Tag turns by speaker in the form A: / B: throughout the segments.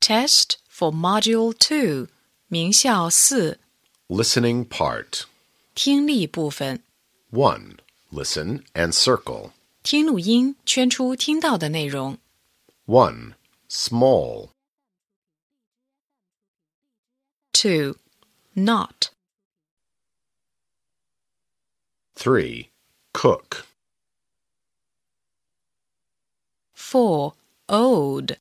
A: Test for Module 2, 名校四
B: Listening part.
A: 听力部分，
B: 1. Listen and circle.
A: 听录音，圈出听到的内容。
B: 1. Small.
A: 2. Not.
B: 3. Cook.
A: 4. Old.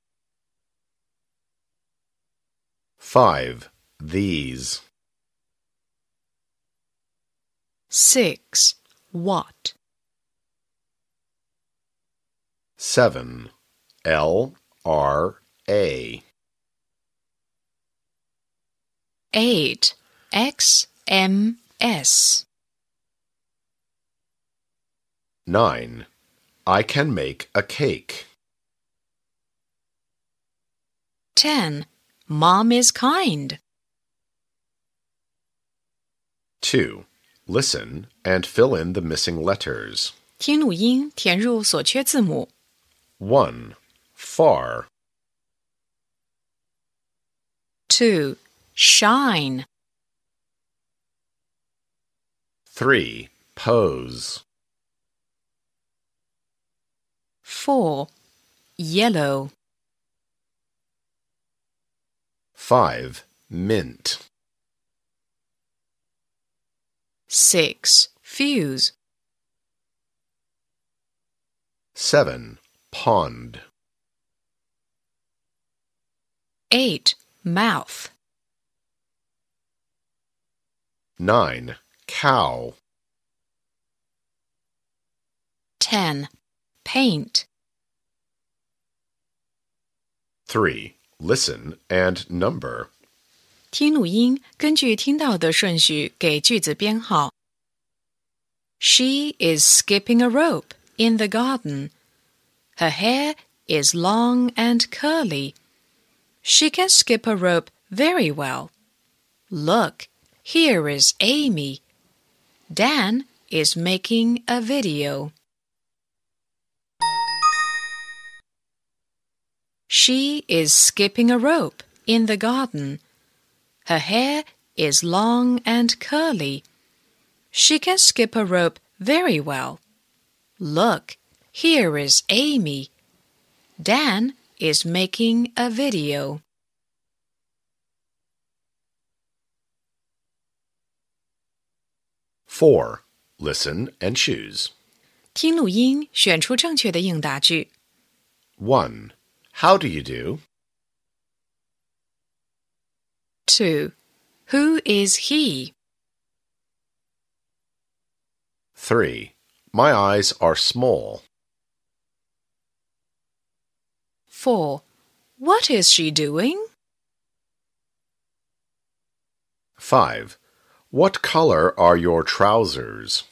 B: 5. These.
A: 6. What.
B: 7. L. R. A.
A: 8. X. M. S.
B: 9. I can make a cake.
A: 10. Mom is kind.
B: 2. Listen and fill in the missing letters.
A: 听录音，填入所缺字母。
B: 1. Far.
A: 2. Shine.
B: 3. Pose.
A: 4. Yellow.
B: 5. Mint.
A: 6. Fuse.
B: 7. Pond.
A: 8. Mouth.
B: 9. Cow.
A: 10. Paint.
B: 3. Listen and number.
A: 听录音，根据听到的顺序给句子编号。She is skipping a rope in the garden. Her hair is long and curly. She can skip a rope very well. Look, here is Amy. Dan is making a video. She is skipping a rope in the garden. Her hair is long and curly. She can skip a rope very well. Look, here is Amy. Dan is making a video.
B: Four. Listen and choose.
A: 听录音，选出正确的应答句。
B: 1. How do you do?
A: 2. Who is he?
B: 3. My eyes are small.
A: 4. What is she doing?
B: 5. What color are your trousers?